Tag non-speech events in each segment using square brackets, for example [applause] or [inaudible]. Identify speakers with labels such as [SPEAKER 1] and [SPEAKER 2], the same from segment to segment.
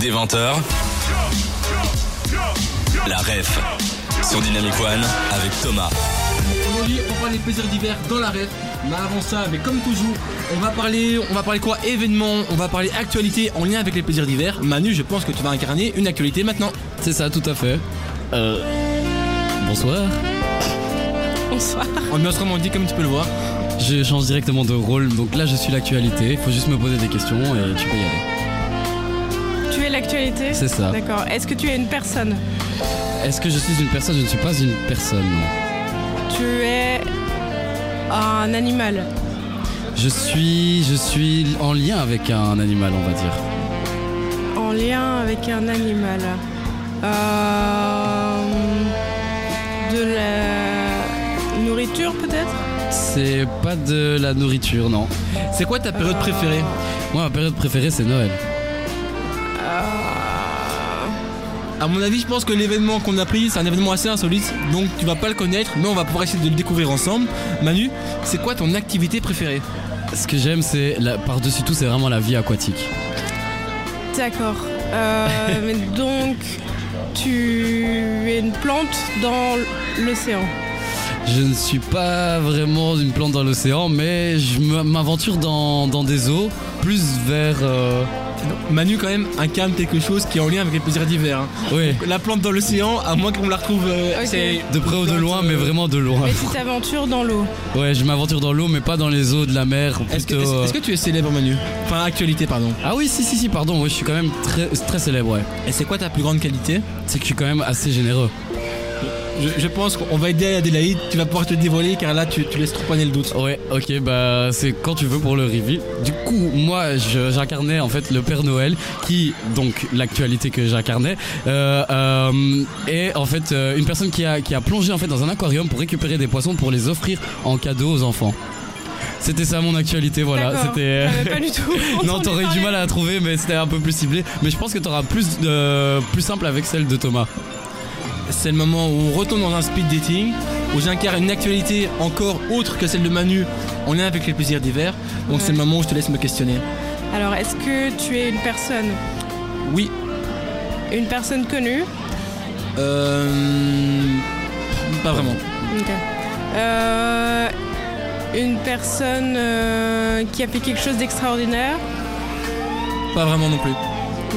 [SPEAKER 1] Dès 20h, la ref sur Dynamic One avec Thomas.
[SPEAKER 2] Aujourd'hui, on parle des plaisirs d'hiver dans la ref. Mais avant ça, mais comme toujours, on va parler, on va parler quoi Événements, on va parler actualité en lien avec les plaisirs d'hiver. Manu, je pense que tu vas incarner une actualité maintenant.
[SPEAKER 3] C'est ça, tout à fait. Euh, Bonsoir.
[SPEAKER 4] Bonsoir.
[SPEAKER 2] Ambiance romantique comme tu peux le voir.
[SPEAKER 3] Je change directement de rôle, donc là je suis l'actualité. Faut juste me poser des questions et tu peux y aller.
[SPEAKER 4] Tu es l'actualité
[SPEAKER 3] C'est ça.
[SPEAKER 4] D'accord. Est-ce que tu es une personne
[SPEAKER 3] Est-ce que je suis une personne Je ne suis pas une personne. non.
[SPEAKER 4] Tu es un animal.
[SPEAKER 3] Je suis, je suis en lien avec un animal, on va dire.
[SPEAKER 4] En lien avec un animal. Euh, De la nourriture peut-être
[SPEAKER 3] C'est pas de la nourriture, non.
[SPEAKER 2] C'est quoi ta période préférée
[SPEAKER 3] Moi, ma période préférée, c'est Noël.
[SPEAKER 2] Euh. À mon avis, je pense que l'événement qu'on a pris, c'est un événement assez insolite, donc tu vas pas le connaître, mais on va pouvoir essayer de le découvrir ensemble. Manu, c'est quoi ton activité préférée
[SPEAKER 3] Ce que j'aime, c'est la- par-dessus tout, c'est vraiment la vie aquatique.
[SPEAKER 4] D'accord.
[SPEAKER 3] [laughs]
[SPEAKER 4] Euh, mais donc, tu es une plante dans l'océan.
[SPEAKER 3] Je ne suis pas vraiment une plante dans l'océan, mais je m- m'aventure dans, dans des eaux, plus vers. euh,
[SPEAKER 2] Manu, quand même, incarne quelque chose qui est en lien avec les plaisirs d'hiver. hein.
[SPEAKER 3] ouais,
[SPEAKER 2] La plante dans l'océan, à moins qu'on la retrouve. euh,
[SPEAKER 4] Ok.
[SPEAKER 2] c'est-
[SPEAKER 3] de près ou de loin, mais vraiment de loin.
[SPEAKER 4] Mais tu t'aventures dans l'eau.
[SPEAKER 3] Ouais, je m'aventure dans l'eau, mais pas dans les eaux de la mer.
[SPEAKER 2] Est-ce que,
[SPEAKER 3] plutôt,
[SPEAKER 2] est-ce-
[SPEAKER 3] euh,
[SPEAKER 2] est-ce que tu es célèbre, Manu Enfin, actualité, pardon.
[SPEAKER 3] Ah oui, si, si, si, pardon, ouais, je suis quand même très, très célèbre, ouais.
[SPEAKER 2] Et c'est quoi ta plus grande qualité
[SPEAKER 3] C'est que je suis quand même assez généreux.
[SPEAKER 2] je, je pense qu'on va aider Adélaïde, tu vas pouvoir te dévoiler car là, tu, tu laisses trop planer le doute.
[SPEAKER 3] Ouais, ok, bah c'est quand tu veux pour le reveal. Du coup, moi, je- j'incarnais en fait le Père Noël, qui, donc l'actualité que j'incarnais, euh, euh, est en fait euh, une personne qui a, qui a plongé en fait dans un aquarium pour récupérer des poissons pour les offrir en cadeau aux enfants. C'était ça mon actualité, voilà.
[SPEAKER 4] D'accord.
[SPEAKER 3] C'était. [laughs]
[SPEAKER 4] J'avais Euh, pas du tout.
[SPEAKER 3] Non,
[SPEAKER 4] entendu
[SPEAKER 3] t'aurais eu du
[SPEAKER 4] parler.
[SPEAKER 3] mal à trouver, mais c'était un peu plus ciblé. Mais je pense que t'auras plus de plus simple avec celle de Thomas.
[SPEAKER 2] C'est le moment où on retourne dans un speed dating, où j'incarne une actualité encore autre que celle de Manu en lien avec les plaisirs d'hiver. Donc
[SPEAKER 4] Ouais.
[SPEAKER 2] c'est le moment où je te laisse me questionner.
[SPEAKER 4] Alors, est-ce que tu es une personne
[SPEAKER 2] Oui,
[SPEAKER 4] Une personne connue
[SPEAKER 2] euh. Pas vraiment.
[SPEAKER 4] Ok. Euh, une personne euh, qui a fait quelque chose d'extraordinaire.
[SPEAKER 2] Pas vraiment non plus.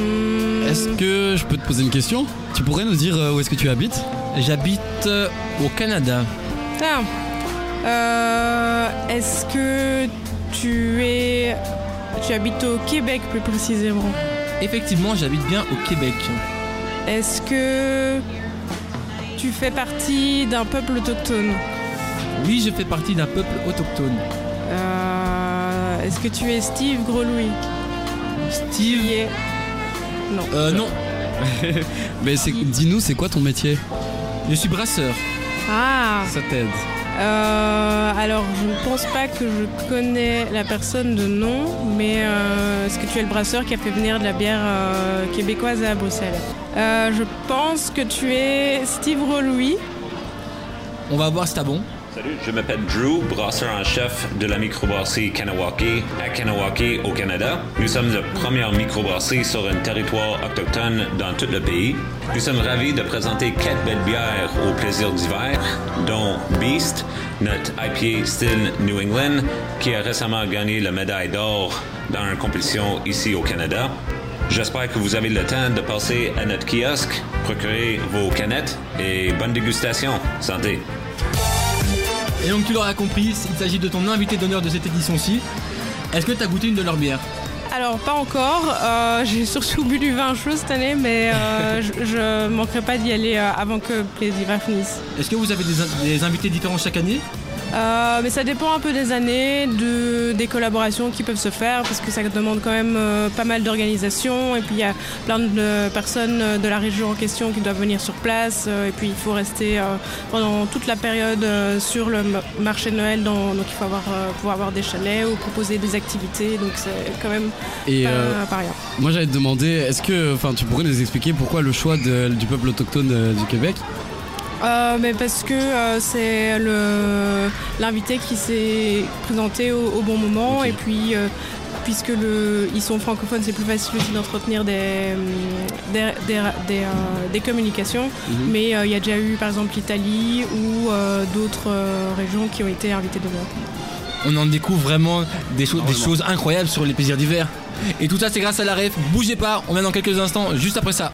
[SPEAKER 4] Hmm,
[SPEAKER 3] Est-ce que je peux te poser une question Tu pourrais nous dire euh, où est-ce que tu habites
[SPEAKER 2] J'habite euh, au Canada.
[SPEAKER 4] ah. Euh, Est-ce que tu es. Tu habites au Québec plus précisément.
[SPEAKER 2] Effectivement, j'habite bien au Québec.
[SPEAKER 4] Est-ce que tu fais partie d'un peuple autochtone
[SPEAKER 2] Oui, je fais partie d'un peuple autochtone.
[SPEAKER 4] Euh, Est-ce que tu es Steve Gros-Louis
[SPEAKER 2] Steve.
[SPEAKER 4] est. Non.
[SPEAKER 2] Euh, non,
[SPEAKER 3] [laughs] Mais c'est- dis-nous, c'est quoi ton métier
[SPEAKER 2] je suis brasseur.
[SPEAKER 4] Ah
[SPEAKER 2] Ça t'aide.
[SPEAKER 4] Euh, alors, je ne pense pas que je connais la personne de nom, mais euh, est-ce que tu es le brasseur qui a fait venir de la bière euh, québécoise à Bruxelles Euh, Je pense que tu es Steve Rolouis.
[SPEAKER 2] On va voir si t'as bon.
[SPEAKER 5] Salut, je m'appelle Drew, brasseur en chef de la microbrasserie Kanawake à Kanawake au Canada. Nous sommes la première microbrasserie sur un territoire autochtone dans tout le pays. Nous sommes ravis de présenter quatre belles bières au plaisir d'hiver, dont Beast, notre IPA style New England, qui a récemment gagné la médaille d'or dans une compétition ici au Canada. J'espère que vous avez le temps de passer à notre kiosque, procurer vos canettes et bonne dégustation. Santé.
[SPEAKER 2] Et donc tu l'auras compris, il s'agit de ton invité d'honneur de cette édition-ci. Est-ce que t'as goûté une de leurs bières
[SPEAKER 4] Alors, pas encore. Euh, J'ai surtout bu du vin chaud cette année, mais euh, je- je manquerai pas d'y aller euh, avant que Plaisir finisse.
[SPEAKER 2] Est-ce que vous avez des, in- des invités différents chaque année
[SPEAKER 4] Euh, mais ça dépend un peu des années, de, des collaborations qui peuvent se faire, parce que ça demande quand même euh, pas mal d'organisation, et puis il y a plein de personnes euh, de la région en question qui doivent venir sur place, euh, et puis il faut rester euh, pendant toute la période euh, sur le m- marché de Noël, dans- donc il faut avoir, euh, pouvoir avoir des chalets ou proposer des activités, donc c'est quand même
[SPEAKER 3] Et
[SPEAKER 4] pas,
[SPEAKER 3] euh,
[SPEAKER 4] pas rien.
[SPEAKER 3] moi j'allais te demander, est-ce que, enfin, tu pourrais nous expliquer pourquoi le choix de- du peuple autochtone euh, du Québec
[SPEAKER 4] Euh, mais parce que euh, c'est le l'invité qui s'est présenté au, au bon moment
[SPEAKER 3] Ok.
[SPEAKER 4] et puis euh, puisque le, ils sont francophones, c'est plus facile aussi d'entretenir des, mm, des, des- des, euh, des communications. Mais euh, il y a déjà eu par exemple l'Italie ou euh, d'autres euh, régions qui ont été invitées devant.
[SPEAKER 2] On en découvre vraiment des, choses- des choses incroyables sur les plaisirs d'hiver. Et tout ça, c'est grâce à la ref. Bougez pas, on vient dans quelques instants, juste après ça.